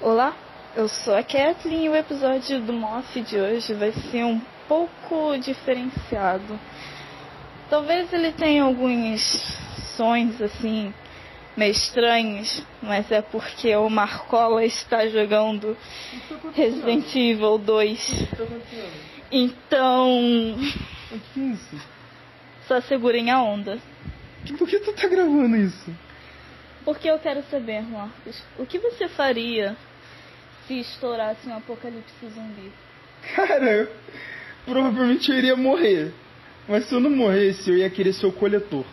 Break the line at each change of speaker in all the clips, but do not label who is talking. Olá, eu sou a Kathleen e o episódio do MOF de hoje vai ser um pouco diferenciado. Talvez ele tenha alguns sons assim meio estranhos, mas é porque o Marcola está jogando Resident Evil 2.
O que tá acontecendo?
Então,
O que é isso?
só segurem a onda.
Que- Por que tu tá gravando isso?
Porque eu quero saber, Marcos, o que você faria se estourasse um apocalipse zumbi?
Cara, provavelmente eu iria morrer. Mas se eu não morresse, eu ia querer ser o coletor.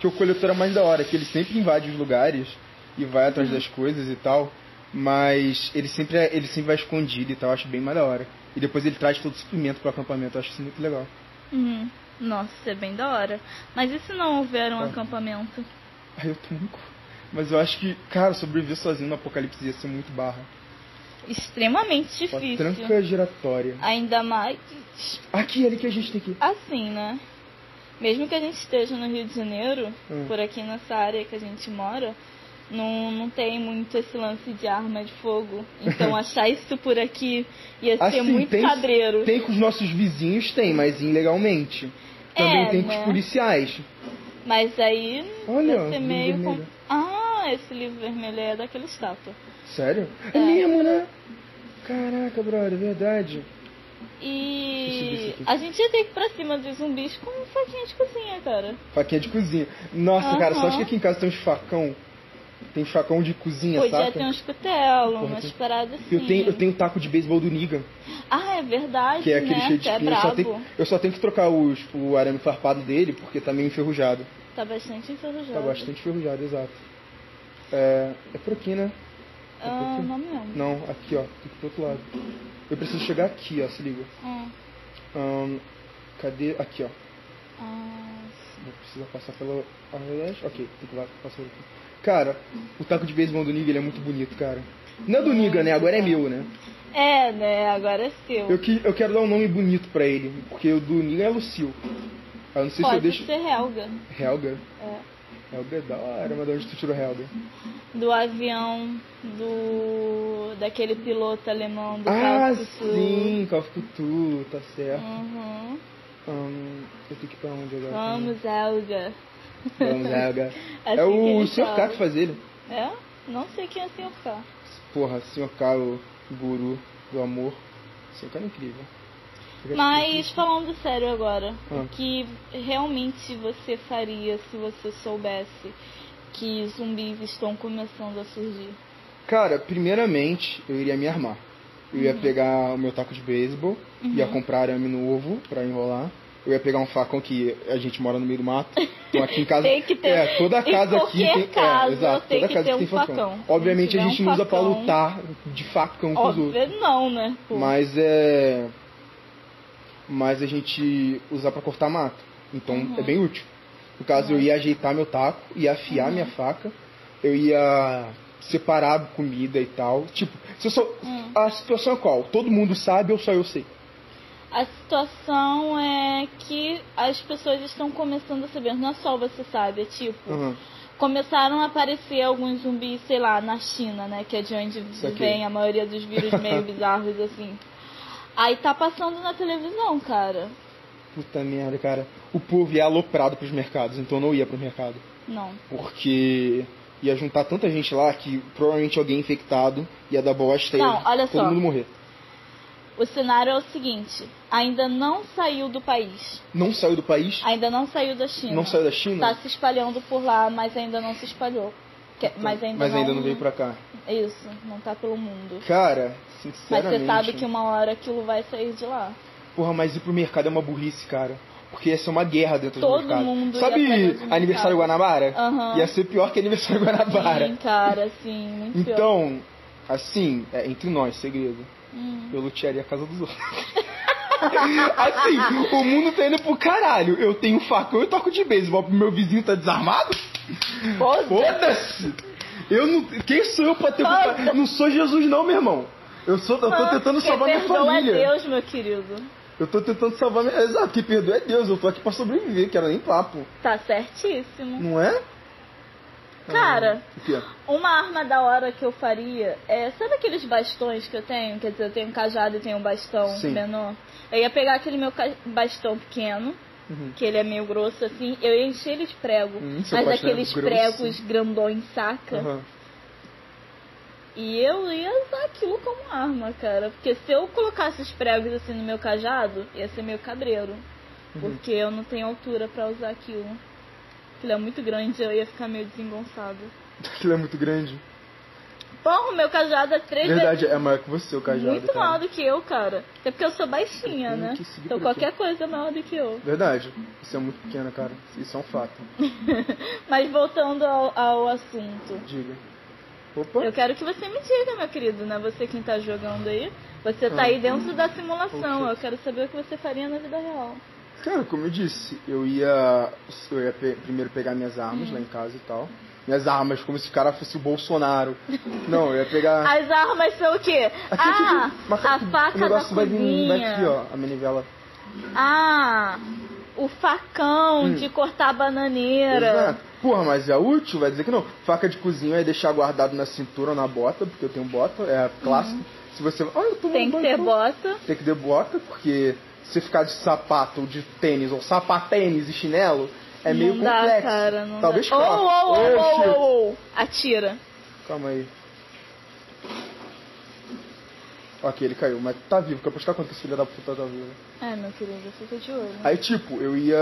Que o coletor é mais da hora, que ele sempre invade os lugares e vai atrás das coisas e tal. Mas ele sempre, é- ele sempre vai escondido e tal, eu acho bem mais da hora. E depois ele traz todo o suprimento pro acampamento, eu acho isso muito legal.
Hum, nossa, isso é bem da hora. Mas e se não houver um
Ah.
acampamento?
Aí eu tanco. Mas eu acho que, cara, sobreviver sozinho no apocalipse ia ser muito barra.
Extremamente
Só
difícil.
tranca giratória.
Ainda mais
Aqui, ali que a gente tem que.
assim, né? Mesmo que a gente esteja no Rio de Janeiro,
Hum.
por aqui nessa área que a gente mora, não, não tem muito esse lance de arma de fogo. Então achar isso por aqui ia ser
Assim,
muito
tem-
cabreiro.
Tem com os nossos vizinhos, tem, mas ilegalmente. Também
É,
tem com
né?
os policiais.
Mas aí
Olha,
ia ser
livro
meio. com-
vermelho.
Ah, esse livro vermelho é daquela estátua.
Sério? É. mesmo, né? Caraca, brother, é verdade.
E
Deixa eu subir isso aqui.
a gente ia ter que ir pra cima dos zumbis com um faquinha de cozinha, cara.
Faquinha de cozinha. Nossa, cara, só
Aham.
acho que aqui em casa tem uns facão. Tem facão de cozinha,
Podia
saca?
ter é, uns cutelos,
Porra,
umas
tem-
paradas assim.
Eu tenho, eu tenho um taco de beisebol do Niga,
Ah, é verdade,
que é aquele
né?
cheio de
Você é
espinho. eu, só
brabo.
tenho, eu só tenho que trocar os, o arame farpado dele, porque tá meio enferrujado.
Tá bastante enferrujado.
Tá bastante enferrujado, exato. É, é por aqui, né?
Ah, não me lembro.
Não, aqui, ó. Tem que ir pro outro lado. Eu preciso chegar aqui, ó. Se liga.
Ah,
Ahn, cadê? Aqui, ó.
ah,
Vou precisar passar pela Arrest. Ok, tem que lá- passar aqui. Cara, o taco de beisebol do Niga, ele é muito bonito, cara. Não é do Niga, né? Agora é meu, né?
é, né? Agora é seu.
Eu, que, eu quero dar um nome bonito pra ele, porque o do Niga é Lucio. Ah, não sei se eu
Pode
deixo...
ser Helga.
Helga?
É.
Helga é da hora, mas de onde tu tirou Helga?
Do avião do. daquele piloto alemão do
ah,
Cáucaso.
sim, Call of Cthulhu, tá certo.
Uhum.
Ahn, eu tenho que ir pra onde agora?
Vamos, Helga.
Vamos, Helga.
Assim
é
que
o
ele
Sr. K
fala.
que faz ele.
É? Não sei quem é o senhor K.
Porra, Sr. K, o guru do amor. Sr. K é incrível.
Mas falando sério agora,
Ah.
o que realmente você faria se você soubesse que zumbis estão começando a surgir?
Cara, primeiramente, eu iria me armar. Eu
Uhum.
ia pegar o meu taco de beisebol, ia comprar arame novo pra enrolar. Eu ia pegar um facão que a gente mora no meio do mato. Então aqui em casa.
Tem que ter-
É, toda
em
casa aqui
qualquer
tem.
casa
é, exato,
tem
toda
que
casa
ter
tem
um
facão.
facão.
Obviamente
Se
a
tiver
gente
um
não usa pra
facão-
lutar de facão com os outros.
Óbvio, não, né? Pô.
Mas é. Mas a gente usa pra cortar mato. Então
Uhum.
é bem útil. No caso, eu ia ajeitar meu taco, ia afiar minha
Uhum.
faca, eu ia separar comida e tal. Tipo, se eu sou.
Uhum.
A situação é qual? Todo mundo sabe ou só eu sei?
A situação é que as pessoas estão começando a saber, não é só você sabe, é tipo,
Aham.
começaram a aparecer alguns zumbis, sei lá, na China, né? Que é de onde
aqui.
vem a maioria dos vírus meio bizarros, assim. Aí tá passando na televisão, cara.
Puta merda, cara. O povo ia aloprado pros mercados, então eu não ia pro mercado.
Não.
Porque ia juntar tanta gente lá que provavelmente alguém infectado ia dar bosta e
Não, olha
todo
só.
mundo morrer.
O cenário é o seguinte: ainda não saiu do país,
Não saiu do país,
ainda não saiu da China.
não saiu da China,
Tá se espalhando por lá, mas ainda não se espalhou. Que- mas ainda
Então, mas
não,
ainda não veio pra cá.
Isso, não tá pelo mundo.
Cara,
Mas
sinceramente.
você sabe que uma hora aquilo vai sair de lá.
Porra, mas ir pro mercado é uma burrice, cara. Porque ia ser uma guerra dentro
Todo
do mercado.
mundo ia
sabe
atrás do mercado.
aniversário Guanabara?
Aham.
Ia ser pior que aniversário Guanabara.
Sim, cara, sim, muito pior.
então, assim, é entre nós, segredo.
Hum.
Eu lutearia a casa dos outros. assim, o mundo tá indo pro caralho. Eu tenho um facão e toco de beisebol. Meu vizinho tá desarmado?
Foda-se.
Foda-se! Eu não. Quem sou eu pra ter culpa? Não sou Jesus, não, meu irmão. Eu, sou, eu tô tentando
Quem
salvar minha
perdoa
família.
é Deus, meu querido.
Eu tô tentando salvar minha. Exato, que perdoa é Deus, eu tô aqui pra sobreviver, quero nem papo.
Tá certíssimo.
Não é?
Cara,
O quê?
uma arma da hora que eu faria é. Sabe aqueles bastões que eu tenho? Quer dizer, eu tenho um cajado e tenho um bastão
Sim.
menor. Eu ia pegar aquele meu ca- bastão pequeno,
Uhum.
que ele é meio grosso assim, eu ia encher ele de prego.
Hum, seu
mas
bastão é
aqueles
grosso.
pregos grandões, saca?
Aham.
E eu ia usar aquilo como arma, cara. Porque se eu colocasse os pregos assim no meu cajado, ia ser meio cabreiro.
Uhum.
Porque eu não tenho altura pra usar aquilo. Aquilo é muito grande, eu ia ficar meio desengonçado.
Aquilo é muito grande.
Porra, o meu cajado é três
Verdade, é maior que você o
vezes
cajado.
muito
cara.
maior do que eu, cara. Até porque eu sou baixinha,
Eu tenho
né?
que seguir
Então
por aqui.
qualquer coisa é maior do que eu.
Verdade. Isso é muito pequeno, cara. Isso é um fato.
Mas voltando ao, ao assunto.
Diga. Opa.
Eu quero que você me diga, meu querido, né? Você quem tá jogando aí. Você tá
Ah.
aí dentro da simulação.
Poxa.
Eu quero saber o que você faria na vida real.
Cara, como eu disse, eu ia, eu ia pe- primeiro pegar minhas armas lá em casa e tal. Minhas armas, como se o cara fosse o Bolsonaro. Não, eu ia pegar.
As armas são o quê?
Ah. Aqui, aqui,
ah,
aqui. Mas
a
aqui, o
faca da
negócio vai vir vai
cozinha.
aqui, ó, a manivela.
Ah, o facão
Hum.
de cortar a bananeira.
Exato. Porra, mas é útil? Vai dizer que não. Faca de cozinha eu ia deixar guardado na cintura ou na bota, porque eu tenho bota, é clássico. Se você. Ah, eu tô
Uhum. Tem que ter bota.
Tem que ter bota, porque se ficar de sapato ou de tênis, ou sapatênis e chinelo, é meio
não dá,
complexo.
cara, não
Talvez
dá. Ou,
calça.
ou, ou,
Oxe.
ou, ou, ou. Atira.
Calma aí. Ok, ele caiu, mas tá vivo. Quer apostar quanto esse filho da puta tá vivo?
É, meu querido, fica de olho.
Aí, tipo, eu ia,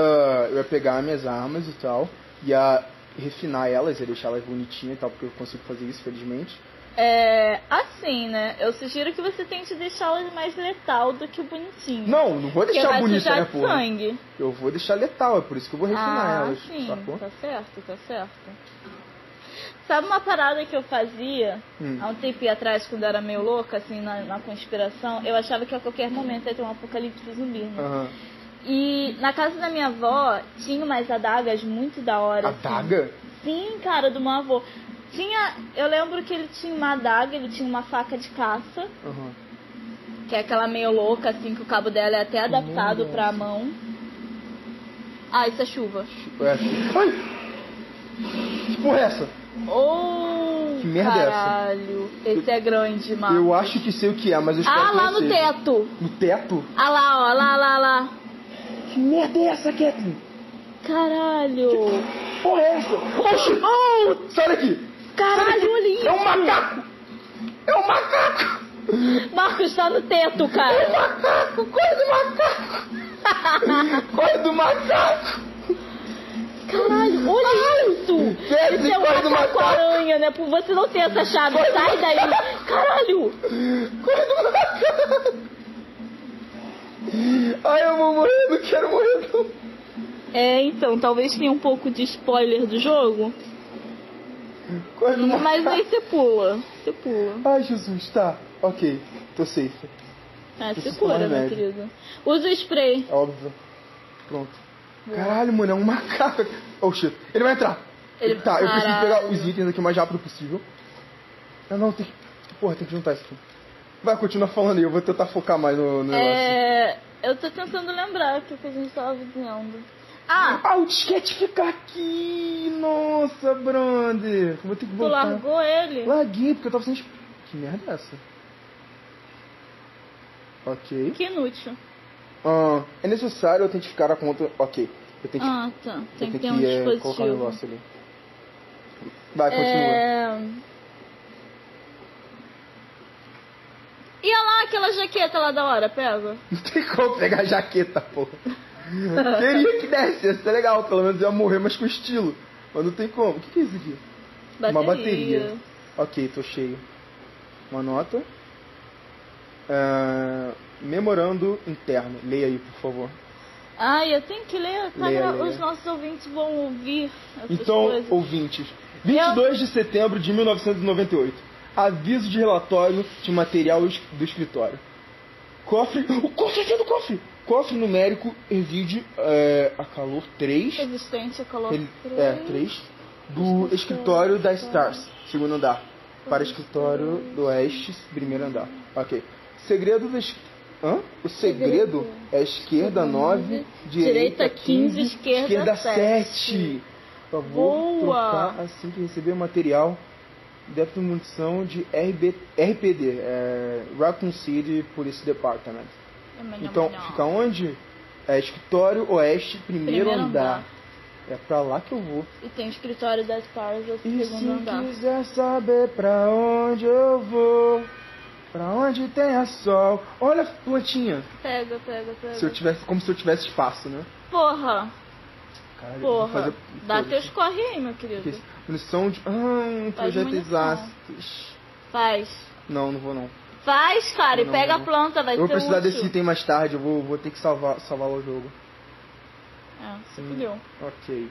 eu ia pegar minhas armas e tal, ia refinar elas, ia deixar elas bonitinhas e tal, porque eu consigo fazer isso, felizmente.
É, assim, né? Eu sugiro que você tente deixá-las mais letal do que bonitinho.
Não, não vou
porque
deixar
vai
bonita,
sujar
né,
de
porra?
é sangue.
Eu vou deixar letal, é por isso que eu vou refinar
ah,
elas,
sim,
sacou?
tá certo, tá certo. Sabe uma parada que eu fazia
Hum.
há um tempinho atrás, quando eu era meio louca, assim, na, na conspiração? Eu achava que a qualquer momento ia ter um apocalipse zumbi, né?
Aham.
E na casa da minha avó tinha umas adagas muito da hora.
A
assim.
daga?
Sim, cara, do meu avô. Tinha, eu lembro que ele tinha uma adaga, ele tinha uma faca de caça,
Aham.
que é aquela meio louca, assim, que o cabo dela é até adaptado
Nossa.
pra mão. Ah, isso é chuva.
Tipo, é assim. Ai! Que porra é essa?
Oh,
Que merda é essa?
caralho. Esse é grande, mano.
Eu acho que sei o que é, mas eu espero
Ah,
que
lá
não
no
seja.
teto.
No teto?
Ah lá, ó, lá, lá, lá.
Que merda é essa, Kathleen?
Caralho.
Porra é essa? Oxi! Oh! Sai daqui!
Caralho, olha isso.
É um macaco! É um macaco!
Marcos tá no teto,
É um
cara.
macaco! Corre do macaco! Corre do macaco!
Caralho, olha isso!
Velho,
Isso é um
depois do macaco.
macaco-aranha, né? Por você não ter essa chave, sai daí! Caralho!
Corre do macaco! Ai, eu vou morrer, não quero morrer não!
É, então, talvez tenha um pouco de spoiler do jogo,
Corre do macaco!
mas aí você pula. Você pula.
Ai, Jesus, tá. Ok, tô safe.
É, você
Preciso tomar
cura, meu
remédio.
querido. Usa o spray.
É óbvio. Pronto. Caralho, mano, é um macaco. Oh shit. Ele vai entrar.
Ele-
Tá, eu preciso
Caralho.
pegar os itens aqui o mais rápido possível. Não, não, tem que. Porra, tem que juntar isso aqui. Vai, continua falando aí, eu vou tentar focar mais no, no negócio.
É. Eu tô tentando lembrar o que que a gente tava dizendo. Ah,
Ah, o disquete fica aqui! Nossa, brother! Vou ter que
tu
voltar.
largou ele?
Larguei, porque eu tava sem. es- Que merda é essa? Ok.
Que inútil.
Ah, é necessário autentificar a conta. Ok. Eu tenho que
Ah, tá. Tem que ter um
eh, colocar um
dispositivo.
negócio ali. Vai, continua.
É... E olha lá aquela jaqueta lá da hora, pega.
Não tem como pegar a jaqueta, porra. Queria que desse, ia ser legal, pelo menos ia morrer, mas com estilo. Mas não tem como. O que, que é isso aqui?
Bateria.
Uma bateria. Ok, tô cheio. Uma nota. Ah, memorando interno. Leia aí, por favor.
Ai, eu tenho que ler, tá?
Leia,
gra-
leia.
Os nossos ouvintes vão ouvir essas
Então,
coisas.
ouvintes, 22 de setembro de 1998. Aviso de relatório de material es- do escritório. Cofre. O cofre aqui é do cofre! Cofre numérico reside é, a calor 3.
Resistente, eu coloco
Ele, é, 3. Do escritório da Stars, segundo andar. Para escritório do Oeste, primeiro andar. Ok. Segredo da. es- Hã? O segredo é esquerda 9, direita 15, esquerda 7. Por favor,
Boa!
trocar assim que receber o material débito de munição de RB, RPD, é, Raccoon City Police Department.
É melhor,
Então,
melhor.
fica onde? É escritório oeste, primeiro,
Primeiro
andar.
andar.
É pra lá que eu vou.
E tem o escritório das Powers no
E
segundo
se
andar.
quiser saber pra onde eu vou, pra onde tem a sol. Olha a plantinha.
Pega, pega, pega.
Se eu tivesse, como se eu tivesse espaço, né?
Porra,
Caralho, eu vou
porra. Dá
coisa.
teus corre aí, meu querido.
Munição de. Ah,
Faz
projeto
munição.
exastos.
Faz.
Não, não vou não.
Faz, cara,
Não,
e pega
não.
a planta, vai
eu vou
ser
precisar
útil.
desse item mais tarde, eu vou, vou ter que salvar, salvar o jogo.
É, você
Hum.
fudeu.
Ok.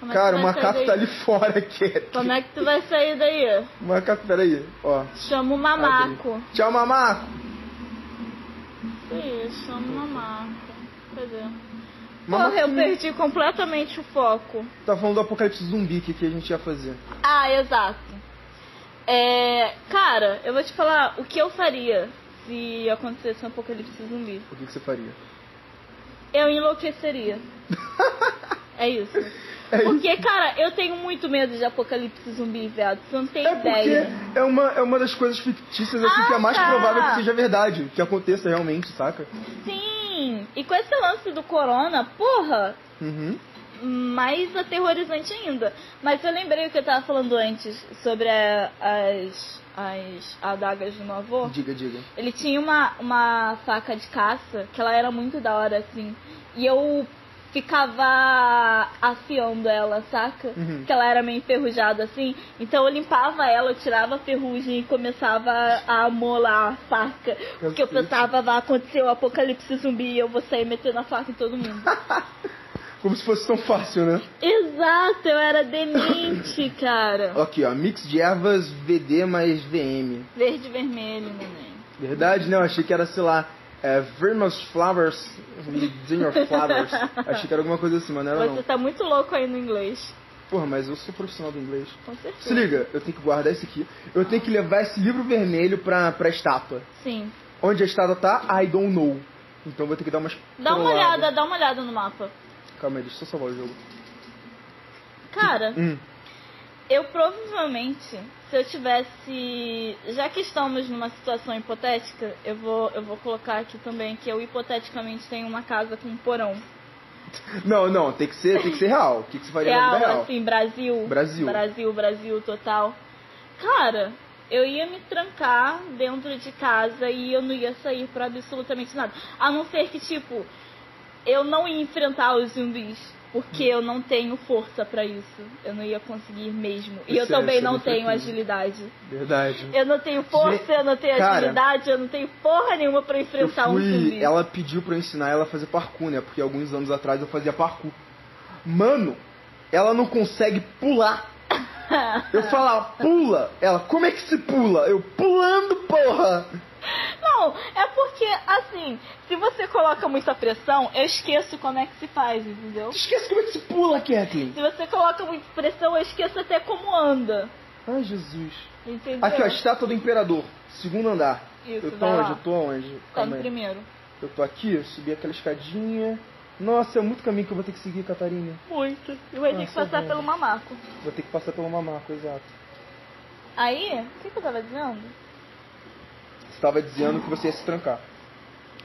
Como é que
Cara,
tu
o
vai
macaco
sair
tá
daí?
ali fora, quieto.
Como é que tu vai sair daí?
Macaco, peraí. Ó.
Chama o mamaco.
abre. Tchau, mamaco.
Isso aí, chama o mamaco. Cadê?
Mamaco,
Porra, eu perdi completamente o foco.
Tá falando do apocalipse zumbi, o que, que a gente ia fazer?
Ah, exato. É, cara, eu vou te falar o que eu faria se acontecesse um apocalipse zumbi.
O que, que você faria?
Eu enlouqueceria. é isso. Porque, cara, eu tenho muito medo de apocalipse zumbi, viado. Você não tem
É
ideia.
porque é uma, é uma das coisas fictícias assim,
Ah,
que é mais
tá.
provável que seja verdade, que aconteça realmente, saca?
Sim. E com esse lance do corona, porra,
Uhum.
mais aterrorizante ainda. Mas eu lembrei o que eu tava falando antes sobre a- as, as adagas do meu avô.
Diga, diga.
Ele tinha uma, uma faca de caça, que ela era muito da hora, assim. E eu ficava afiando ela, saca?
Uhum.
Que ela era meio enferrujada, assim. Então eu limpava ela, eu tirava a ferrugem e começava a molar a faca. Porque eu
Cacete.
pensava, vai acontecer o apocalipse zumbi e eu vou sair metendo a faca em todo mundo.
Como se fosse tão fácil, né?
Exato, eu era demente, cara.
Aqui, ó. Mix de ervas VD mais VM.
Verde e vermelho, neném.
Verdade, né? Eu achei que era, sei lá, é, Vermos Flowers with Junior Flowers. achei que era alguma coisa assim, mas não era
Você
não.
tá muito louco aí no inglês.
Porra, mas eu sou profissional do inglês.
Com certeza.
Se liga, eu tenho que guardar isso aqui. Eu tenho que levar esse livro vermelho pra, pra estátua.
Sim.
Onde a estátua tá, I don't know. Então vou ter que dar umas.
Dá uma
trolladas.
olhada, dá uma olhada no mapa.
Calma aí, deixa eu salvar o jogo.
Cara,
Hum.
eu provavelmente, se eu tivesse. Já que estamos numa situação hipotética, eu vou, eu vou colocar aqui também que eu hipoteticamente tenho uma casa com um porão.
Não, não, tem que ser, tem que ser real. O que, que você faria na
real,
vida real?
assim, Brasil.
Brasil.
Brasil, Brasil total. Cara, eu ia me trancar dentro de casa e eu não ia sair pra absolutamente nada. A não ser que, tipo, eu não ia enfrentar os zumbis. Porque
Hum.
eu não tenho força pra isso. Eu não ia conseguir mesmo. E eu
Você é-
também
você é
não
muito
tenho
fraquinho.
agilidade.
Verdade.
Eu não tenho força, eu não tenho
Cara,
agilidade, eu não tenho porra nenhuma pra
Eu
enfrentar um
fui,
zumbi.
ela pediu pra eu ensinar ela a fazer parkour, né? Porque alguns anos atrás eu fazia parkour. Mano, ela não consegue pular. Eu
Ah.
falava, pula. Ela, como é que se pula? Eu, pulando, porra.
Não, é porque, assim, se você coloca muita pressão, eu esqueço como é que se faz, entendeu?
Esquece como é que se pula, Kathleen.
Se você coloca muita pressão, eu esqueço até como anda.
Ai, Jesus.
Entendeu?
Aqui, ó, a estátua do imperador. Segundo andar.
Isso,
eu tô
vai
onde?
lá.
Eu tô onde?
Tá
Calma
no
aí.
primeiro.
Eu tô aqui, eu subi aquela escadinha. Nossa, é muito caminho que eu vou ter que seguir, Catarina.
Muito. E vai ter que
Nossa,
passar
velho.
pelo mamaco.
Vou ter que passar pelo mamaco, exato.
Aí, o que, que eu tava dizendo?
Você tava dizendo que você ia se trancar.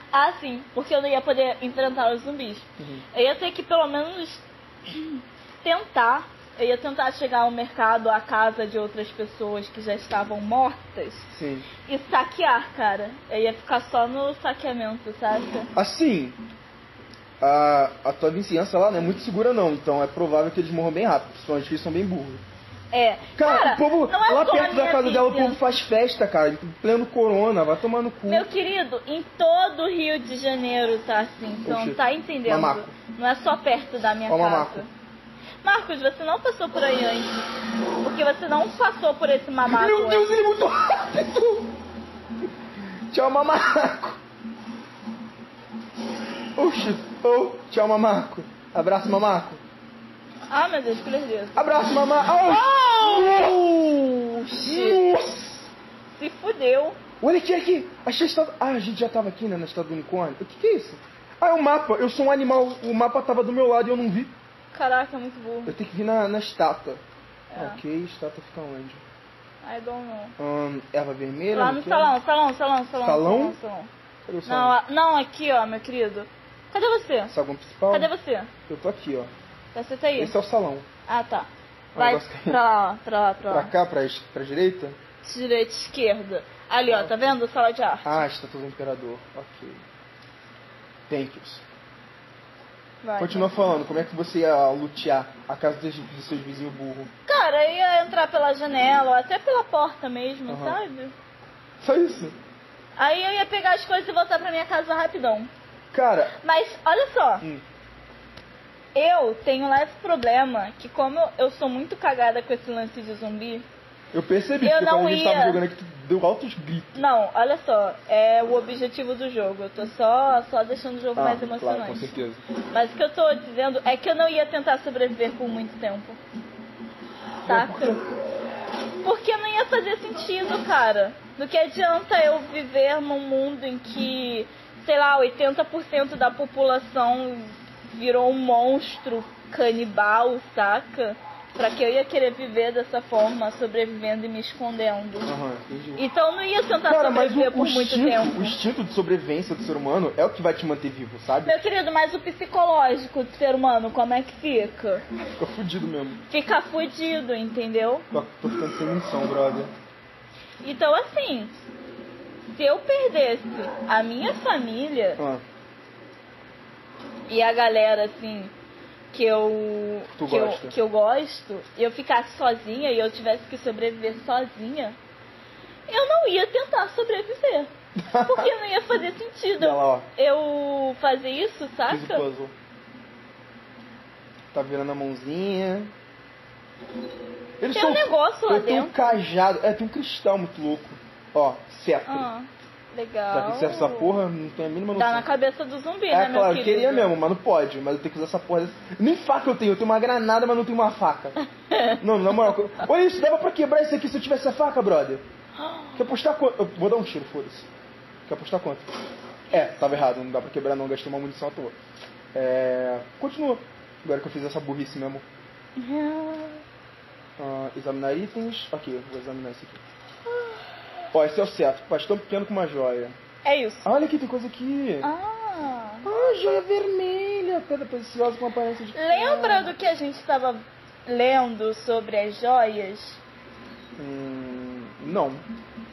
Ah, sim, porque eu não ia poder enfrentar os zumbis.
Uhum.
Eu ia ter que pelo menos tentar. Eu ia tentar chegar ao mercado, à casa de outras pessoas que já estavam mortas
Sim.
e saquear, cara. Eu ia ficar só no saqueamento, sabe?
Assim, a, a tua vizinhança lá não é muito segura não, então é provável que eles morram bem rápido, principalmente que eles são bem burros.
É.
Cara, o povo,
não é
lá
só a
perto da
minha
casa dela, o
vizinhança.
povo faz festa, cara, em pleno corona, vai tomar no cu.
Meu querido, em todo o Rio de Janeiro tá assim, então
Oxi.
tá entendendo?
Mamaco.
Não é só perto da minha
Ó,
casa.
mamaco.
Marcos, você não passou por aí antes. Porque você não passou por esse mamaco
Meu Deus,
antes.
ele é muito rápido! Tchau, mamaco! Oxi, oh, tchau, mamaco. Abraço, mamaco.
Ah, meu Deus, que beleza.
Abraço, mamaco. Oh! Nossa!
Se fudeu.
Olha aqui, aqui. Achei a estátua. Ah, a gente já tava aqui, né? Na estátua do unicórnio. O que, que é isso? Ah, é um mapa. Eu sou um animal. O mapa tava do meu lado e eu não vi.
Caraca, é muito burro.
Eu tenho que vir na, na estátua.
É.
Ok, estátua fica onde?
I don't know.
Ahn, erva vermelha?
Lá no
que é?
salão, salão, salão, salão.
Salão?
salão.
Cadê
Não,
o salão?
a- não, aqui, ó, meu querido. Cadê você?
Salão principal?
Cadê você?
Eu tô aqui, ó.
Você tá aí?
Esse é o salão.
Ah, tá. Vai
Eu gosto que-
pra lá, ó, pra lá, pra
Pra
lá.
cá, pra, es- pra direita?
Direita, esquerda. Ali, ó, tá vendo? Sala de arte.
Ah, estátua do imperador. Ok. Thank yous.
Vai,
Continua
vai.
falando, como é que você ia lutear a casa dos, dos seus vizinhos burro?
Cara, eu ia entrar pela janela, ou até pela porta mesmo,
Aham.
sabe?
Só isso.
Aí eu ia pegar as coisas e voltar pra minha casa rapidão.
Cara,
Mas, olha só,
hum,
eu tenho lá esse problema que como eu- eu sou muito cagada com esse lance de zumbi,
eu percebi
Eu
porque
não
quando a gente tava
ia.
jogando aqui, tu deu altos gritos.
Não, olha só, é o objetivo do jogo. Eu tô só, só deixando o jogo mais
Ah, claro, com
emocionante.
certeza.
Mas o que eu tô dizendo é que eu não ia tentar sobreviver por muito tempo. Saca? Porque não ia fazer sentido, cara. Do que adianta eu viver num mundo em que, sei lá, 80% da população virou um monstro canibal, saca? Pra que eu ia querer viver dessa forma, sobrevivendo e me escondendo.
Aham, entendi.
Então não ia tentar
Cara, mas o,
sobreviver
o
por muito
instinto,
tempo.
o instinto de sobrevivência do ser humano é o que vai te manter vivo, sabe?
Meu querido, mas o psicológico do ser humano, como é que fica?
Fica fudido mesmo.
Fica fudido, entendeu?
Tô, tô ficando sem munição, brother.
Então assim, se eu perdesse a minha família
Ah,
e a galera assim que eu
Tu
que, eu
gosta.
que eu gosto, e eu ficasse sozinha e eu tivesse que sobreviver sozinha, eu não ia tentar sobreviver. Porque não ia fazer sentido
olha lá, ó.
eu fazer isso,
Fiz o
saca?
puzzle. Tá virando a mãozinha. Eles
Tem um negócio lá
eu tenho um
dentro.
cajado. É, tem um cristal muito louco. Ó, cetro.
Ah,
Pra
legal.
que serve Tá essa porra? Não tem a mínima noção.
Dá na cabeça do zumbi,
é,
né, meu
claro, eu
querido?
queria mesmo, mas não pode. Mas eu tenho que usar essa porra. Nem faca eu tenho. Eu tenho uma granada, mas não tenho uma faca. não, na moral. Olha isso, dava pra quebrar isso aqui se eu tivesse a faca, brother. Quer apostar quanto? Eu vou dar um tiro, foda-se. Quer apostar quanto? É, tava errado, não dá pra quebrar não, gastei uma munição à toa. É. Continua. Agora que eu fiz essa burrice mesmo. Ah, examinar itens. Ok, vou examinar isso aqui. Ó, esse é o certo. Bastão pequeno com uma joia.
É isso.
Ah, olha aqui, tem coisa aqui.
Ah.
Ah, joia vermelha. Pedra preciosa com aparência de.
Lembra do que a gente estava lendo sobre as joias?
Hum, não,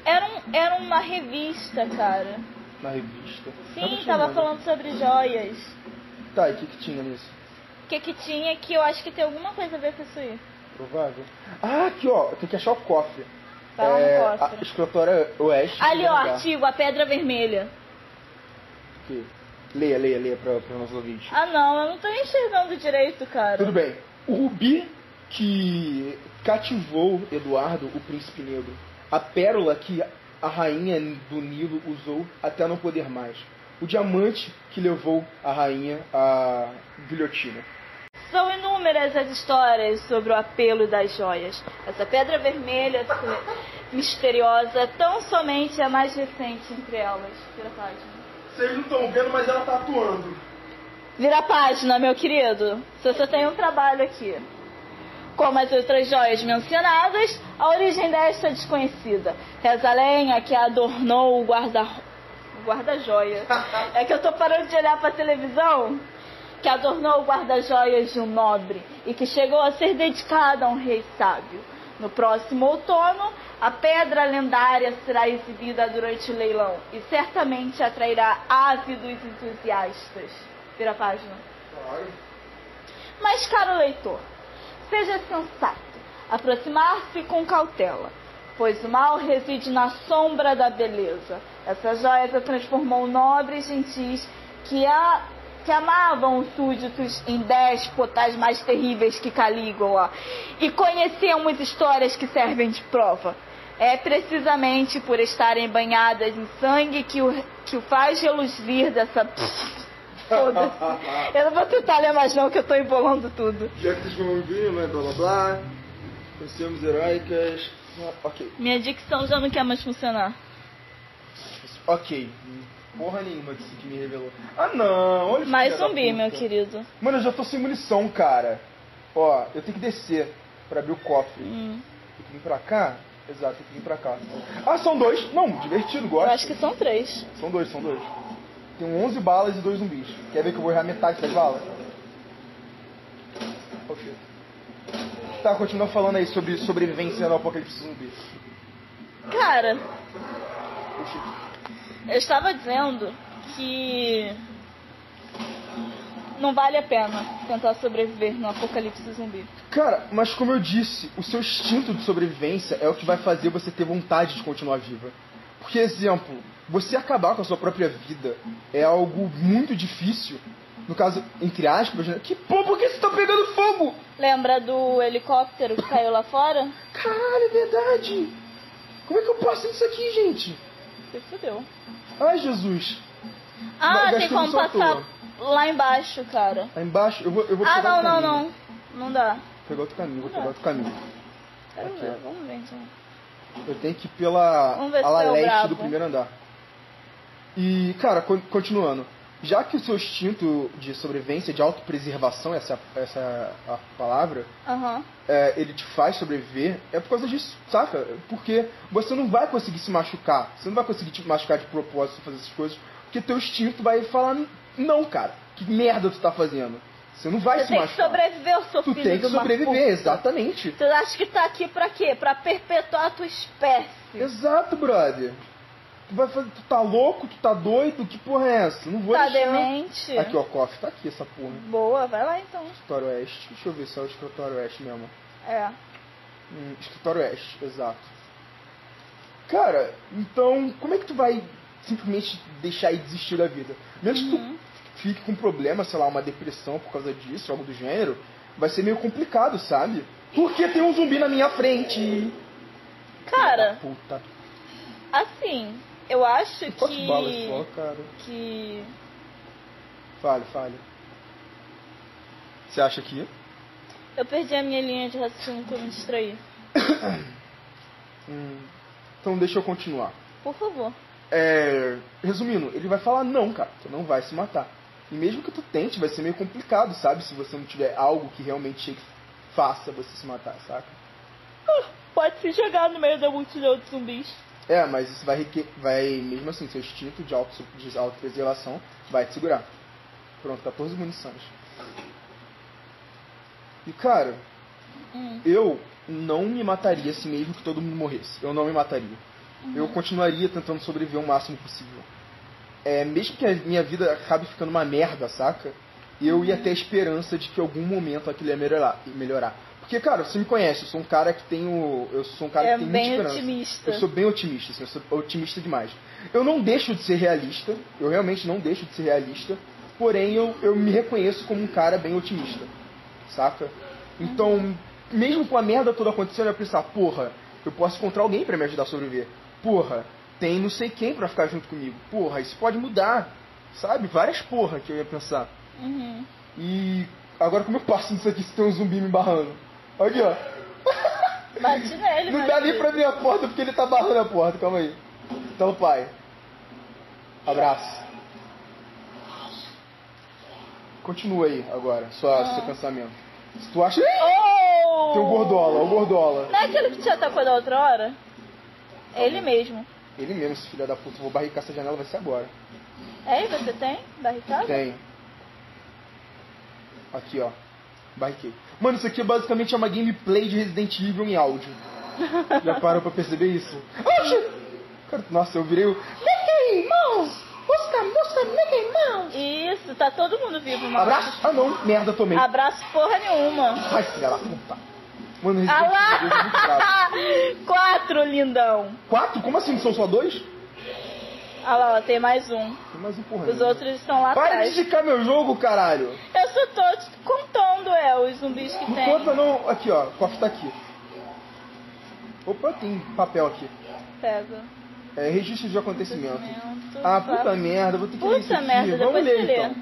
Era, um, era uma revista, cara.
na revista. Mas
Sim,
continua,
tava
né?
falando sobre joias.
Tá, e o que, que tinha nisso?
O que, que tinha que eu acho que tem alguma coisa a ver com isso aí.
Provável. Ah, aqui ó, tem que achar o cofre.
Vai Tá lá no
é,
cofre.
a escritória oeste.
Ali, ó,
primeiro lugar.
artigo, a pedra vermelha.
Ok. Leia, leia, leia pra, pra nossos ouvintes.
Ah não, eu não tô enxergando direito, cara.
Tudo bem. O Rubi que cativou Eduardo, o príncipe negro. A pérola que a rainha do Nilo usou até não poder mais. O diamante que levou a rainha à guilhotina.
São inúmeras as histórias sobre o apelo das joias. Essa pedra vermelha su- misteriosa, tão somente a mais recente entre elas. Vira a página.
Vocês não estão vendo, mas ela tá atuando.
Vira a página, meu querido. Se você tem um trabalho aqui. Como as outras joias mencionadas, a origem desta é desconhecida. Reza a lenha que adornou o guarda... o guarda-joia. É que eu tô parando de olhar pra televisão. Que adornou o guarda-joias de um nobre e que chegou a ser dedicada a um rei sábio. No próximo outono, a pedra lendária será exibida durante o leilão e certamente atrairá ávidos entusiastas. Vira a página. Mas, caro leitor, seja sensato, aproximar-se com cautela, pois o mal reside na sombra da beleza. Essa joia transformou nobres gentis que, a, que amavam os súditos em déspotas mais terríveis que Calígula e conhecemos histórias que servem de prova. É precisamente por estarem banhadas em sangue que o, que o faz reluzir dessa. Foda-se. Eu não vou tentar ler mais, não, que eu tô embolando tudo.
Já que vocês vão ouvir, mas blá blá blá. Pessoas heróicas. Ah, Ok.
Minha dicção já não quer mais funcionar.
Ok. Porra nenhuma disso que me revelou. Ah não, olha isso,
Mais
filha da
zumbi,
puta.
meu querido.
Mano, eu já tô sem munição, cara. Ó, eu tenho que descer pra abrir o cofre.
Hum.
Tem que vir pra cá? Exato, tem que vir pra cá. Ah, são dois. Não, divertido,
Eu
gosto.
acho que são três.
São dois, são dois. Tem 11 balas e dois zumbis. Quer ver que eu vou errar metade das balas? Ok. Tá, continua falando aí sobre sobrevivência no apocalipse zumbi.
Cara, eu estava dizendo que não vale a pena tentar sobreviver no apocalipse zumbi.
Cara, mas como eu disse, o seu instinto de sobrevivência é o que vai fazer você ter vontade de continuar viva. Porque, exemplo, você acabar com a sua própria vida é algo muito difícil. No caso, entre aspas, né? Que pô, por que você tá pegando fogo?
Lembra do helicóptero que caiu lá fora?
Caralho, é verdade! Como é que eu posso isso aqui, gente?
Você fudeu.
Ai, Jesus!
Ah,
Mas
tem
gastando
como
só à
passar
toa.
lá embaixo, cara.
Lá embaixo, eu vou, eu vou
Ah,
pegar
não,
outro
não,
caminho.
não. Não dá.
Vou pegar outro caminho, vou pegar outro caminho.
Quero
Aqui,
ver,
ó.
vamos ver então.
Eu tenho que ir pela
Vamos ver se
ala
é o
leste
brabo.
do primeiro andar. E, cara, con- continuando. Já que o seu instinto de sobrevivência, de autopreservação, essa, essa é a palavra,
Aham.
é, ele te faz sobreviver, é por causa disso, saca? Porque você não vai conseguir se machucar, você não vai conseguir te machucar de propósito, fazer essas coisas, porque teu instinto vai falar, não, cara, que merda tu tá fazendo. Você não vai
Você
se
tem que
machucar.
sobreviver, eu sou
tu
filho
tem
de
que
uma
sobreviver,
puta.
exatamente.
Você acha que tá aqui pra quê? Pra perpetuar a tua espécie. tá
Exato, brother. Tu vai fazer, tu tá louco, tu tá doido, que porra é essa? Não vou
tá
deixar.
demente?
Aqui, ó, cofre, tá aqui essa porra.
Boa, vai lá então.
Escritório Oeste, deixa eu ver se é o Escritório Oeste mesmo.
É.
Hum, escritório Oeste, exato. Cara, então, como é que tu vai simplesmente deixar e desistir da vida? Mesmo que
Uhum.
tu fique com um problema, sei lá, uma depressão por causa disso, algo do gênero, vai ser meio complicado, sabe? Porque tem um zumbi na minha frente.
Cara,
Puta.
assim, eu acho
Quantas balas só,
que.
cara?
Que.
Fale, fale. Você acha que? é?
Eu perdi a minha linha de raciocínio que eu me distraí.
Hum, Então deixa eu continuar.
Por favor.
É, resumindo, ele vai falar não, cara, tu não vai se matar. E mesmo que tu tente, vai ser meio complicado, sabe? Se você não tiver algo que realmente faça você se matar, saca?
Pode se jogar no meio da multidão de zumbis.
É, mas isso vai requer, vai mesmo assim, seu instinto de, auto, de autopreservação vai te segurar. Pronto, 14 munições. E cara,
Hum.
eu não me mataria se mesmo que todo mundo morresse. Eu não me mataria.
Uhum.
Eu continuaria tentando sobreviver o máximo possível. É, mesmo que a minha vida acabe ficando uma merda, saca? Eu
Uhum.
ia ter a esperança de que em algum momento aquilo ia melhorar. melhorar. Porque, cara, você me conhece, eu sou um cara que tenho. Eu sou um cara
é
que tem
bem
muita esperança.
otimista.
Eu sou bem otimista, assim, eu sou otimista demais. Eu não deixo de ser realista, eu realmente não deixo de ser realista, porém eu, eu me reconheço como um cara bem otimista, saca? Então, mesmo com a merda toda acontecendo, eu ia pensar, porra, eu posso encontrar alguém pra me ajudar a sobreviver. Porra, tem não sei quem pra ficar junto comigo. Porra, isso pode mudar, sabe? Várias porra que eu ia pensar.
Uhum.
E agora como eu passo nisso aqui se tem um zumbi me barrando? Aqui, ó.
Bate nele,
Não
meu
dá nem
filho.
pra abrir a porta porque ele tá barrando a porta, calma aí. Então, pai. Abraço. Continua aí agora, sua,
Ah.
seu pensamento. Se tu acha. Ih,
Oh!
Tem um o gordola, o gordola.
Não é aquele que te atacou da outra hora? É Ele mesmo.
Ele mesmo, esse filho da puta, eu vou barricar essa janela, vai ser agora.
É, e você tem? Barricada?
Tem. Aqui, ó. Barriquei. Mano, isso aqui é basicamente uma gameplay de Resident Evil em áudio. Já parou pra perceber isso? Oxi! Cara, Nossa, eu virei o. Mickey Mouse! Busca, busca, Mickey Mouse!
Isso, tá todo mundo vivo, mano.
Abraço? Ah não, merda, tomei.
Abraço porra nenhuma.
Ai, filha da puta. Mano, Resident
Ah
Evil é muito bravo.
lá! Quatro, lindão.
Quatro? Como assim? São só dois?
Ah lá, ó, tem mais um.
Tem mais um porra.
Os
né?
outros estão lá
Para de
atrás.
esticar meu jogo, caralho.
Eu só tô te contando, é, os zumbis que
Não
tem.
conta não. Aqui, ó. O cofre tá aqui. Opa, tem papel aqui.
Pega.
É, registro de acontecimento.
Documento,
Ah, puta
papo.
merda, vou ter que ler isso
Puta
aqui.
merda,
Vamos
depois
ler,
você lê.
então.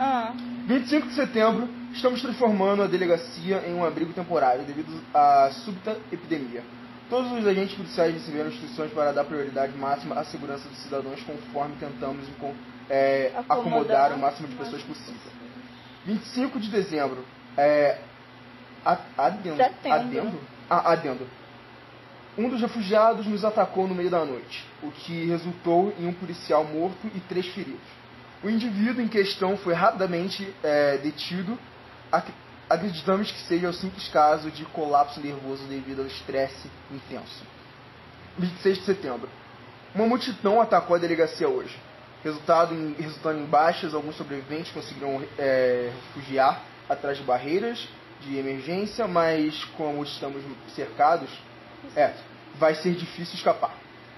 Ah,
25 de setembro, estamos transformando a delegacia em um abrigo temporário devido à súbita epidemia. Todos os agentes policiais receberam instruções para dar prioridade máxima à segurança dos cidadãos conforme tentamos encon- é, acomodar,
Acomodar
o máximo de pessoas possível. 25 de dezembro, é, A- Adendo.
Setembro.
Adendo? Ah, adendo. Um dos refugiados nos atacou no meio da noite, o que resultou em um policial morto e três feridos. O indivíduo em questão foi rapidamente eh, detido. Ac- Acreditamos que seja o simples caso de colapso nervoso devido ao estresse intenso. 26 de setembro. Uma multidão atacou a delegacia hoje. Resultado em- resultando em baixas, alguns sobreviventes conseguiram é, refugiar atrás de barreiras de emergência, mas como estamos cercados, é, vai ser difícil escapar.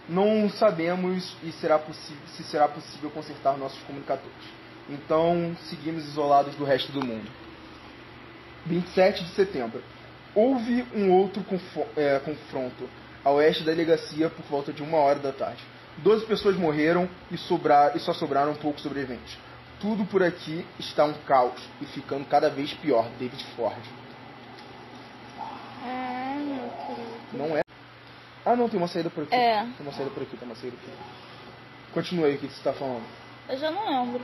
Não sabemos e será possi- se será possível consertar nossos comunicadores. Então, seguimos isolados do resto do mundo. 27 de setembro. Houve um outro confo- eh, confronto a oeste da delegacia por volta de uma hora da tarde. Doze pessoas morreram e, sobrar, e só sobraram poucos sobreviventes. Tudo por aqui está um caos e ficando cada vez pior. David Ford.
Ai, É, meu querido.
Não é. Ah, não, tem uma saída por aqui.
É.
Tem uma saída por aqui, tem uma saída por aqui. Continua aí o que você está falando.
Eu já não lembro.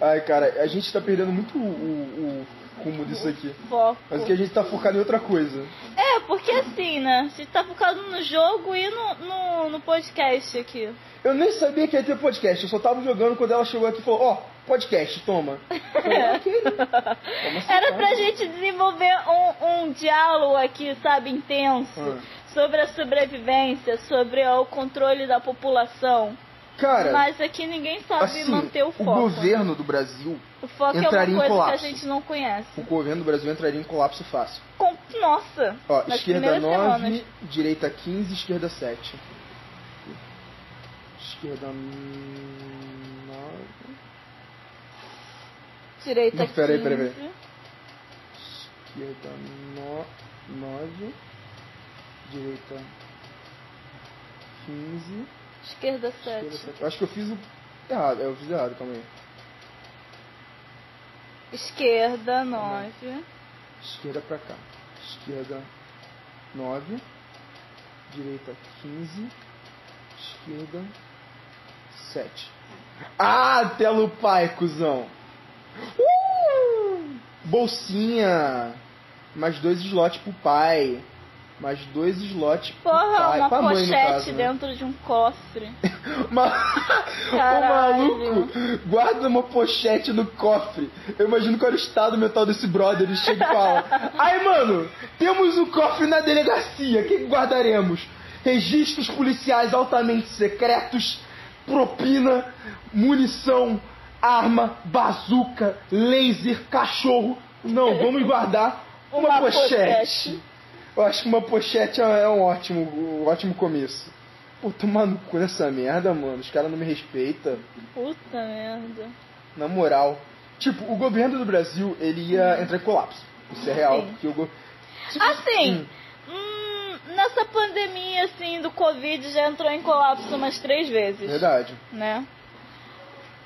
Ai, cara, a gente está perdendo muito o, o, o rumo disso aqui.
Foco.
Mas que a gente está focado em outra coisa.
É, porque assim, né? A gente tá focado no jogo e no, no, no podcast aqui.
Eu nem sabia que ia ter podcast, eu só tava jogando quando ela chegou aqui e falou, ó, podcast, toma. Eu falei, ok, né? Toma essa
Era
cara.
pra gente desenvolver um, um diálogo aqui, sabe, intenso.
Ah.
Sobre a sobrevivência, sobre o controle da população.
Cara,
Mas aqui ninguém sabe
assim,
manter o
o
foco. né?
governo do Brasil,
O foco é uma
entraria em
coisa que a
colapso.
gente não conhece.
o governo do Brasil entraria em colapso fácil.
Com- Nossa!
Ó,
nas
esquerda
primeiras
9,
semanas.
direita 15, esquerda 7. Esquerda 9,
Direita
Não, peraí, peraí, peraí.
15.
esquerda 9, direita 15,
Esquerda
esquerda
7.
7. Eu acho que eu fiz o errado, é, eu fiz errado, calma aí.
Esquerda 9.
Esquerda pra cá. Esquerda 9. Direita 15. Esquerda 7. Ah, telo pai, cuzão! Uh! Bolsinha! Mais dois slots pro pai. Mais dois slots pro
Porra,
pai.
uma
pra mãe, no
pochete
caso, né?
dentro de um cofre.
Ma-
Caralho.
O maluco guarda uma pochete no cofre. Eu imagino qual era o estado mental desse brother. Ele chega e fala: Aí, mano, temos um cofre na delegacia. O que que guardaremos? Registros policiais altamente secretos, propina, munição, arma, bazuca, laser, cachorro. Não, vamos guardar uma,
Uma
pochete. Eu acho que uma pochete é um ótimo, um ótimo começo. Pô, tomar no cu nessa merda, mano. Os caras não me respeitam.
Puta merda.
Na moral. Tipo, o governo do Brasil, ele ia entrar em colapso. Isso é real.
Uhum. Sim.
Porque o go...
Assim, hum, nessa pandemia, assim, do Covid, já entrou em colapso umas três vezes.
Verdade.
Né?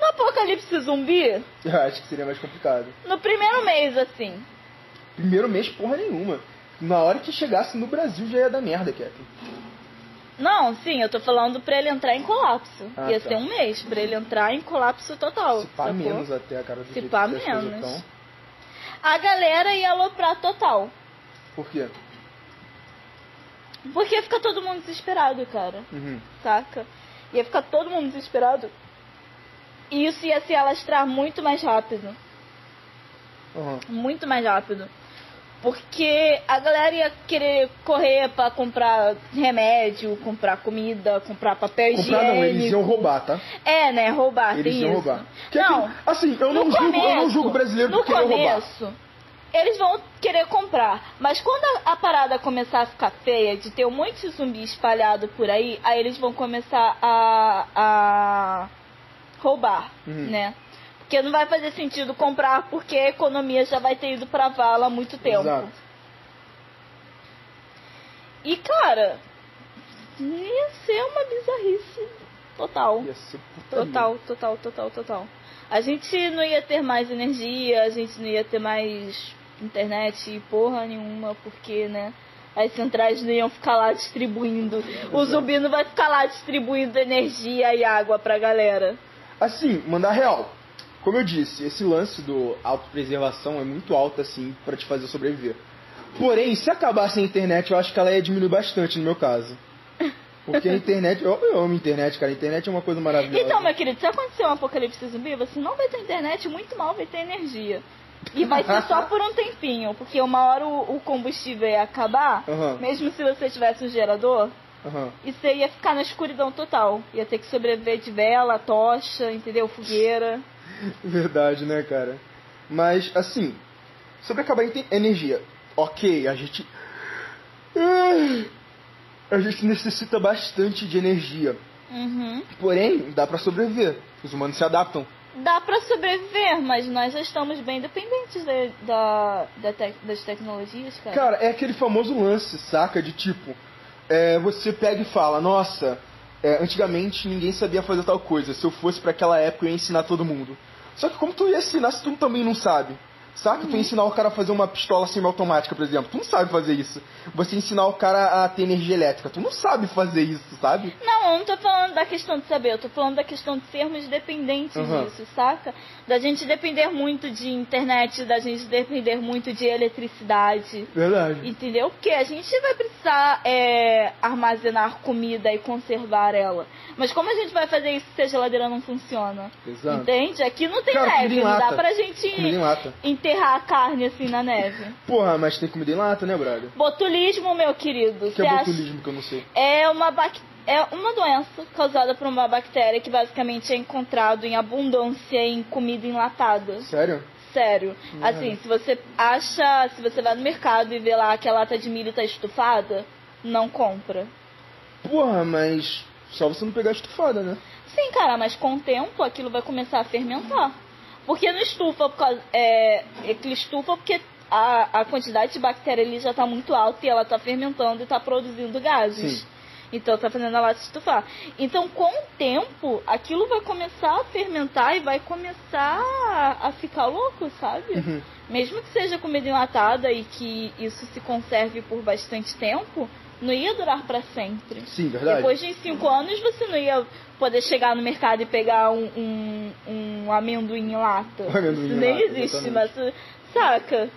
No apocalipse zumbi,
Eu acho que seria mais complicado.
no primeiro mês, assim.
Primeiro mês, porra nenhuma. Na hora que chegasse no Brasil, já ia dar merda, Kevin.
Não, sim, eu tô falando pra ele entrar em colapso.
Ah,
Ia
tá.
ser um mês pra ele entrar em colapso total.
Se pá
sacou?
menos até, cara. Do
Se
jeito
pá
que as coisas
menos.
tão.
A galera ia aloprar total.
Por quê?
Porque fica todo mundo desesperado, cara.
Uhum.
Saca? Ia ficar todo mundo desesperado. E isso ia se alastrar muito mais rápido.
Uhum.
Muito mais rápido. Porque a galera ia querer correr pra comprar remédio, comprar comida, comprar papel
Comprar
higiênico.
não, eles iam roubar, tá?
É, né? Roubar,
Eles
tem
iam
isso.
roubar. Que
Não,
aqui- assim, eu não,
no
julgo, eu não
começo-
julgo brasileiro
no
porque eu roubar.
começo, eles vão querer comprar, mas quando a, a parada começar a ficar feia, de ter um monte de zumbi espalhado por aí, aí eles vão começar a, a roubar,
Uhum.
né? Porque não vai fazer sentido comprar porque a economia já vai ter ido pra vala há muito tempo.
Exato.
E cara, ia ser uma bizarrice total.
Ia ser putaria.
Total, total, total, total. A gente não ia ter mais energia, a gente não ia ter mais internet porra nenhuma, porque, né? As centrais não iam ficar lá distribuindo. O zumbi não vai ficar lá distribuindo energia e água pra galera.
Assim, mandar real. Como eu disse, esse lance do autopreservação é muito alto, assim, pra te fazer sobreviver. Porém, se acabasse a internet, eu acho que ela ia diminuir bastante no meu caso. Porque a internet, eu, eu amo internet, cara. A internet é uma coisa maravilhosa.
Então, meu querido, se acontecer um apocalipse zumbi, você não vai ter internet, muito mal vai ter energia. E vai ser só por um tempinho, porque uma hora o, o combustível ia acabar,
Aham.
mesmo se você tivesse um gerador,
Aham.
e você ia ficar na escuridão total. Ia ter que sobreviver de vela, tocha, entendeu? Fogueira.
Verdade, né, cara? Mas, assim, sobre acabar a inte- energia. Ok, a gente. Ah, A gente necessita bastante de energia.
Uhum.
Porém, dá pra sobreviver. Os humanos se adaptam.
Dá pra sobreviver, mas nós já estamos bem dependentes da, da, da tec- das tecnologias, cara.
Cara, é aquele famoso lance, saca? De tipo, é, você pega e fala, nossa, é, antigamente ninguém sabia fazer tal coisa. Se eu fosse pra aquela época, eu ia ensinar todo mundo. Só que como tu ia ensinar se tu também não sabe? Saca? Tu ia ensinar o cara a fazer uma pistola semiautomática, por exemplo. Tu não sabe fazer isso. Você ensinar o cara a ter energia elétrica. Tu não sabe fazer isso, sabe?
Não, eu não tô falando da questão de saber, eu tô falando da questão de sermos dependentes
Aham.
disso, saca? Da gente depender muito de internet, da gente depender muito de eletricidade.
Verdade.
Entendeu? Porque a gente vai precisar é, armazenar comida e conservar ela. Mas como a gente vai fazer isso se a geladeira não funciona?
Exato.
Entende? Aqui não tem
Cara,
neve,
comida em
não dá
lata.
pra
Comida em
gente
lata.
enterrar a carne assim na neve.
Porra, mas tem comida em lata, né, brother?
Botulismo, meu querido.
Que
você
é
acha-
botulismo que eu não sei.
é uma, bac... é uma doença causada por uma bactéria que basicamente é encontrado em abundância em comida enlatada.
Sério?
Sério.
Uhum.
Assim, se você acha, se você vai no mercado e vê lá que a lata de milho tá estufada, não compra.
Porra, mas só você não pegar estufada, né?
Sim, cara, mas com o tempo aquilo vai começar a fermentar. Porque não estufa por causa. É, aquilo estufa porque a, a quantidade de bactéria ali já tá muito alta e ela tá fermentando e tá produzindo gases.
Sim.
Então tá fazendo a lata estufar. Então, com o tempo, aquilo vai começar a fermentar e vai começar a ficar louco, sabe?
Uhum.
Mesmo que seja comida enlatada e que isso se conserve por bastante tempo, não ia durar pra sempre.
Sim, verdade.
Depois de cinco anos, você não ia poder chegar no mercado e pegar um, um, um amendoim em lata.
Um amendoim
Isso
em
nem
lata,
existe, mas.
exatamente.
Saca?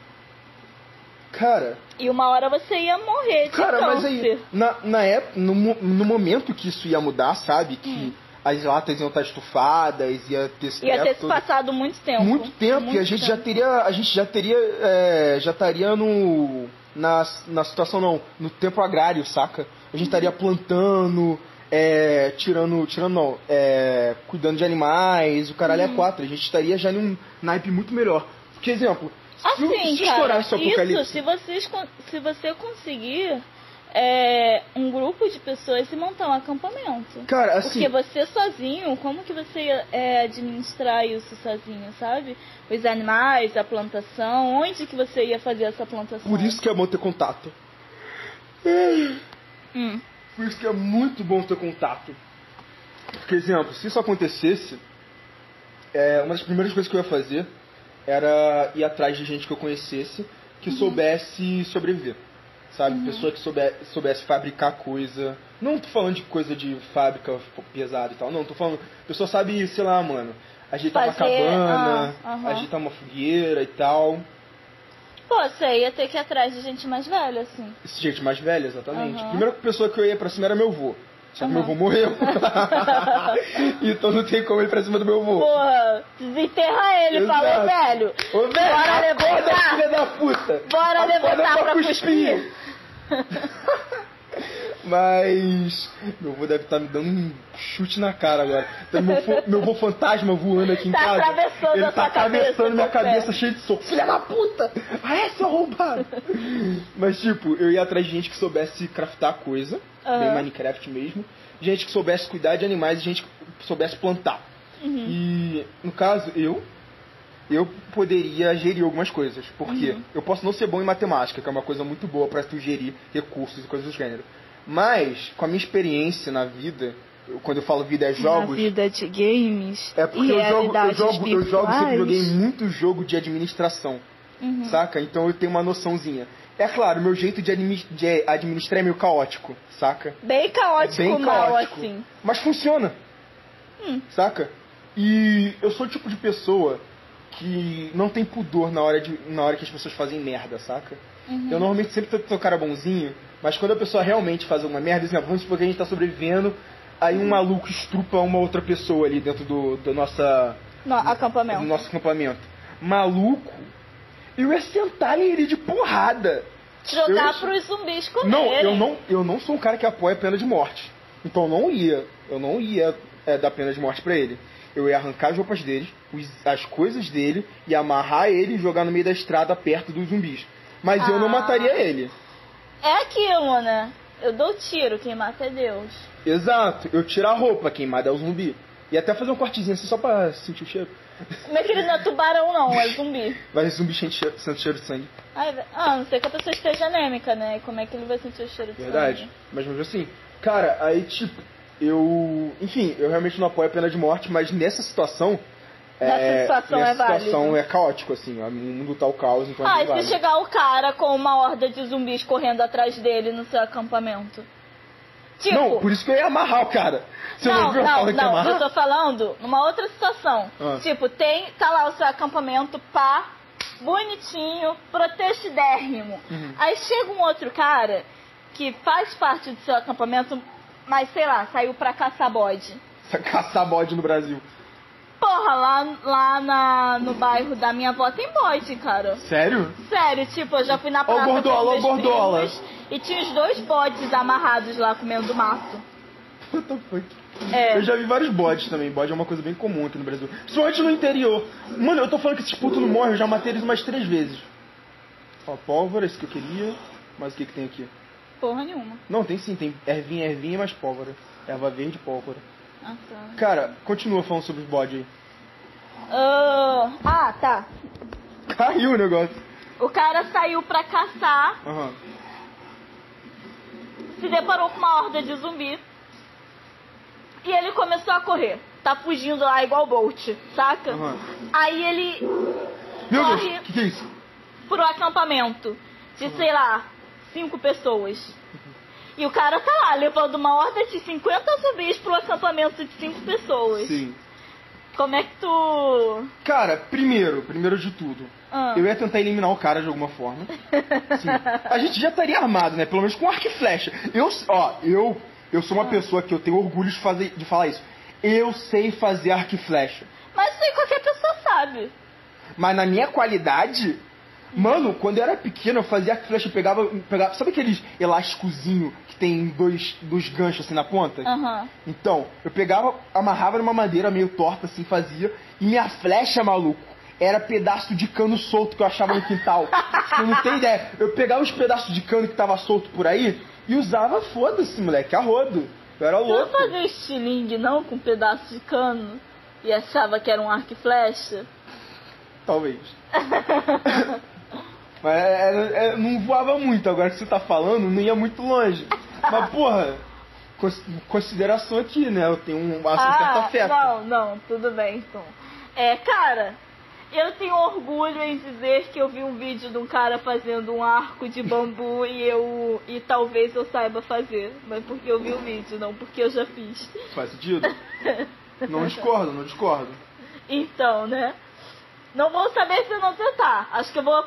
Cara,
E uma hora você ia morrer de
cara, mas
câncer.
aí, na, na época, no, mo- no momento que isso ia mudar, sabe? Que as latas iam estar estufadas, ia ter esse
Hum. Ia ter
tempo
se
é todo-
passado muito tempo.
muito tempo e a
Muito
gente já
tempo.
teria, a gente já teria, é, já estaria no na, na situação não, no tempo agrário, saca? A
Uhum.
gente estaria plantando, é, tirando, tirando não, é, cuidando de animais, o caralho
Uhum.
é quatro. A gente estaria já num naipe muito melhor. Por exemplo, se, o-
Assim,
se
cara,
estourasse o apocalipse,
isso, se, vocês, con- se você conseguir é, um grupo de pessoas e montar um acampamento.
cara, assim,
Porque você sozinho, como que você ia é, administrar isso sozinho, sabe? Os animais, a plantação, onde que você ia fazer essa plantação?
Por isso que é bom ter contato.
Hum.
Por isso que é muito bom ter contato. Por exemplo, se isso acontecesse, é, uma das primeiras coisas que eu ia fazer era ir atrás de gente que eu conhecesse que
Uhum.
soubesse sobreviver. Sabe? Pessoa que soube- soubesse fabricar coisa. Não tô falando de coisa de fábrica tipo, pesada e tal. Não, tô falando. Pessoa sabe, sei lá, mano. Ajeitar
Fazer,
uma cabana,
ah, aham.
ajeitar uma fogueira e tal.
Pô, você ia ter que ir atrás de gente mais velha, assim.
Esse gente mais velha, exatamente.
Aham.
A primeira pessoa que eu ia pra cima era meu avô. Só que meu
Aham.
avô morreu. então não tem como ir pra cima do meu avô.
Porra, desenterra ele,
Exato.
fala, "Ô, velho.
Ô, velho, tá
Bora
acorda,
levantar.
filha da puta!
Bora
Acorda
levantar pra
cuspir. Mas meu avô deve estar me dando um chute na cara agora. Tá meu, fo- meu avô fantasma voando aqui em
Tá
casa.
atravessando
Ele
a
tá
sua cabeça,
atravessando minha
seu pé.
cabeça cheia de soco. Filha da puta! Ah, é, seu arrombado! Mas tipo, eu ia atrás de gente que soubesse craftar coisa, bem
Aham.
Minecraft mesmo. Gente que soubesse cuidar de animais e gente que soubesse plantar. E no caso, eu eu poderia gerir algumas coisas. Porque eu posso não ser bom em matemática, que é uma coisa muito boa para tu gerir recursos e coisas do gênero. Mas, com a minha experiência na vida, eu- quando eu falo vida é jogos,
vida de games
é porque eu jogo, eu jogo, eu jogo, sempre joguei muito jogo de administração, saca? Então eu tenho uma noçãozinha. É claro, meu jeito de, admi- de administrar é meio caótico, saca?
Bem caótico,
É Bem
mal,
caótico.
assim.
Mas funciona.
Hum.
Saca? E eu sou o tipo de pessoa que não tem pudor na hora, de, na hora que as pessoas fazem merda, saca?
Uhum.
Eu normalmente sempre tento ser o cara bonzinho, mas quando a pessoa realmente faz alguma merda, assim, ó, vamos supor que a gente tá sobrevivendo, aí um maluco estrupa uma outra pessoa ali dentro do, do, nossa,
No
do
acampamento.
nosso acampamento. Maluco, eu ia sentar ele de porrada.
Jogar
eu-
pros zumbis comerem.
Não, eu não, eu não sou um cara que apoia a pena de morte. Então eu não ia, eu não ia é, dar pena de morte pra ele. Eu ia arrancar as roupas dele, os- as coisas dele, e amarrar ele e jogar no meio da estrada perto dos zumbis. Mas eu não
Ah.
mataria ele.
É aquilo, né? Eu dou tiro, quem mata é Deus.
Exato, eu tirar a roupa, queimada é o zumbi. E até fazer um cortezinho assim só pra sentir o cheiro.
Meu querido, não é tubarão não, é zumbi.
Mas o zumbi sente cheiro, sente cheiro de sangue,
Ai, ve- ah, a não ser que a pessoa esteja anêmica, né? E como é que ele vai sentir o cheiro de
verdade.
sangue?
Mas mesmo assim, cara, aí tipo, eu. Enfim, eu realmente não apoio a pena de morte, mas nessa situação.
Nessa situação
nessa
é válido.
situação é caótico, assim, ó, o mundo tá o caos, então
Ah,
é
e se
válido.
chegar o cara com uma horda de zumbis correndo atrás dele no seu acampamento? Tipo,
Não, por isso que eu ia amarrar o cara. Você não,
não,
viu eu
não,
falando que ia
não, eu
amarrar?
tô falando numa outra situação.
Ah.
Tipo, tem, tá lá o seu acampamento, pá, bonitinho, protegidérrimo.
Uhum.
Aí chega um outro cara que faz parte do seu acampamento, mas sei lá, saiu pra caçar bode.
Caçar bode no Brasil.
Porra, lá, lá na, no bairro da minha avó tem bode, cara.
Sério?
Sério, tipo, eu já fui na praça com
gordola,
os
ô,
meus
gordola.
primos e tinha os dois bodes amarrados lá comendo mato.
What the fuck?
É.
Eu já vi vários bodes também. Bode é uma coisa bem comum aqui no Brasil. Principalmente no interior. Mano, eu tô falando que esses putos não morrem, eu já matei eles umas três vezes. Ó, pólvora, isso que eu queria. Mas o que que tem aqui?
Porra nenhuma.
Não, tem sim, tem ervinha, ervinha e mais pólvora. Erva verde e pólvora.
Ah, tá.
Cara, continua falando sobre os bodes
Ah, ah, tá.
aí. Caiu o negócio.
O cara saiu pra caçar,
Aham.
se deparou com uma horda de zumbi e ele começou a correr. Tá fugindo lá igual Bolt, saca?
Aham.
Aí ele
Meu
Então, Corre.
Deus, o que, que é isso?
pro acampamento de, sei lá, cinco pessoas. E o cara tá lá, levando uma horda de 50 zumbis pro acampamento de cinco pessoas.
Sim.
Como é que tu.
Cara, primeiro, primeiro de tudo,
Ah.
eu ia tentar eliminar o cara de alguma forma. Sim. A gente já estaria armado, né? Pelo menos com arco e flecha. Eu, ó, eu, eu sou
Ah.
uma pessoa que eu tenho orgulho de, fazer, de falar isso. Eu sei fazer arco e flecha.
Mas isso aí qualquer pessoa sabe.
Mas na minha qualidade, mano, quando eu era pequeno, eu fazia arco e flecha, eu pegava, pegava. Sabe aqueles elásticozinho que tem dois, dois ganchos assim na ponta?
Aham.
Então, eu pegava, amarrava numa madeira meio torta, assim, fazia, e minha flecha, maluco, era pedaço de cano solto que eu achava no quintal. eu não tenho ideia. Eu pegava os pedaços de cano que tava solto por aí e usava, foda-se, moleque, a rodo. Eu era
Tu não
louco.
fazia estilingue não com um pedaço de cano e achava que era um arco e flecha?
Talvez. Mas é, é, é, não voava muito, agora que você tá falando, não ia muito longe. Mas, porra, cons- consideração aqui, né? Eu tenho um, uma certa afeto.
Ah, não, não, tudo bem então. É, cara, eu tenho orgulho em dizer que eu vi um vídeo de um cara fazendo um arco de bambu e eu e talvez eu saiba fazer, mas porque eu vi o vídeo, não porque eu já fiz.
Faz sentido? não discordo, não discordo.
Então, né? Não vou saber se eu não tentar. Acho que eu vou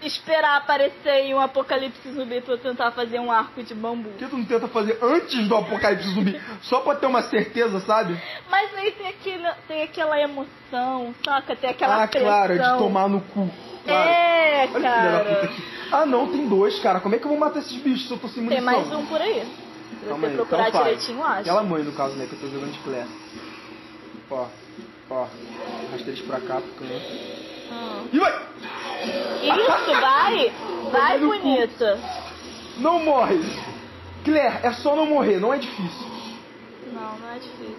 esperar aparecer em um apocalipse zumbi pra eu tentar fazer um arco de bambu.
Por que tu não tenta fazer antes do apocalipse zumbi? Só pra ter uma certeza, sabe?
Mas aí tem, aquele, tem aquela emoção, saca? Tem aquela
ah, claro,
pressão.
de tomar no cu. Claro.
É,
Olha que filha da puta
cara.
aqui. Ah, não, tem dois, cara. Como é que eu vou matar esses bichos se eu tô sem
Tem
munição?
mais um por aí. Se
Calma
você
aí,
procurar
então faz.
direitinho, acha.
Aquela mãe, no caso, né? Que eu tô jogando de Claire. Ó, ó. Arrastei eles pra cá, porque eu...
Ah.
E vai!
Isso, vai. Vai,
Tomar no cu.
bonita.
Não morre! Claire, é só não morrer, não é difícil.
Não, não é difícil.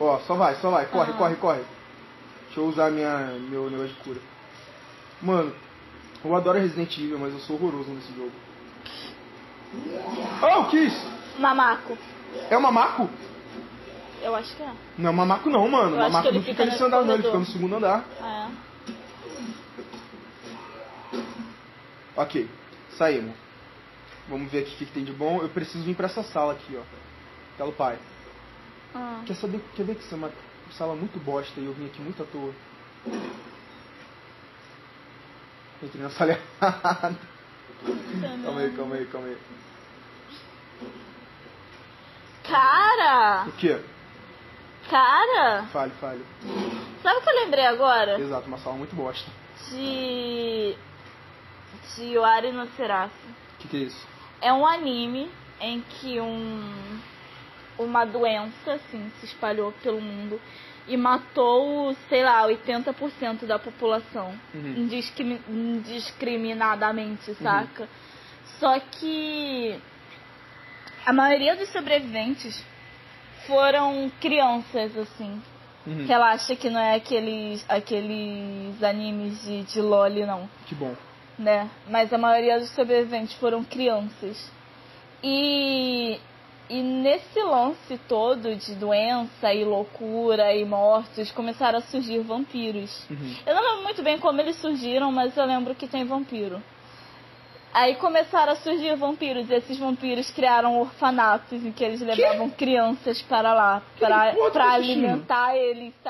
Ó, só vai, só vai. Corre,
Ah.
corre, corre. Deixa eu usar minha, meu negócio de cura. Mano, eu adoro Resident Evil, mas eu sou horroroso nesse jogo. Oh, o que é isso?
Mamaco.
É o mamaco?
Eu acho que é.
Não é mamaco não, mano.
Eu acho
mamaco
que ele
não fica
fica
nesse
no
andar não, ele fica
corredor.
no segundo andar.
Ah,
Ok, saímos. Vamos ver aqui o que, que tem de bom. Eu preciso vir pra essa sala aqui, ó. Telo pai.
é. Ah.
Quer saber, quer ver que isso é uma sala muito bosta e eu vim aqui muito à toa? Entrei na sala errada. Calma aí,
não.
calma aí, calma aí.
Cara!
O quê?
Cara!
Fale, fale.
Sabe o que eu lembrei agora?
Exato, uma sala muito bosta.
De. De Oari no Serasa.
O que, que é isso?
É um anime em que um uma doença assim se espalhou pelo mundo e matou, sei lá, 80% da população
Uhum.
indiscrimi- indiscriminadamente, saca? Só que a maioria dos sobreviventes foram crianças assim,
Uhum.
Relaxa que não é aqueles, aqueles animes de, de loli, não,
Que bom.
né? Mas a maioria dos sobreviventes foram crianças. E, e nesse lance todo de doença e loucura e mortos, começaram a surgir vampiros.
Uhum.
Eu não lembro muito bem como eles surgiram, mas eu lembro que tem vampiro. Aí começaram a surgir vampiros, e esses vampiros criaram orfanatos em que eles levavam crianças para lá, para
porra tá
para
assistindo?
alimentar eles, tá?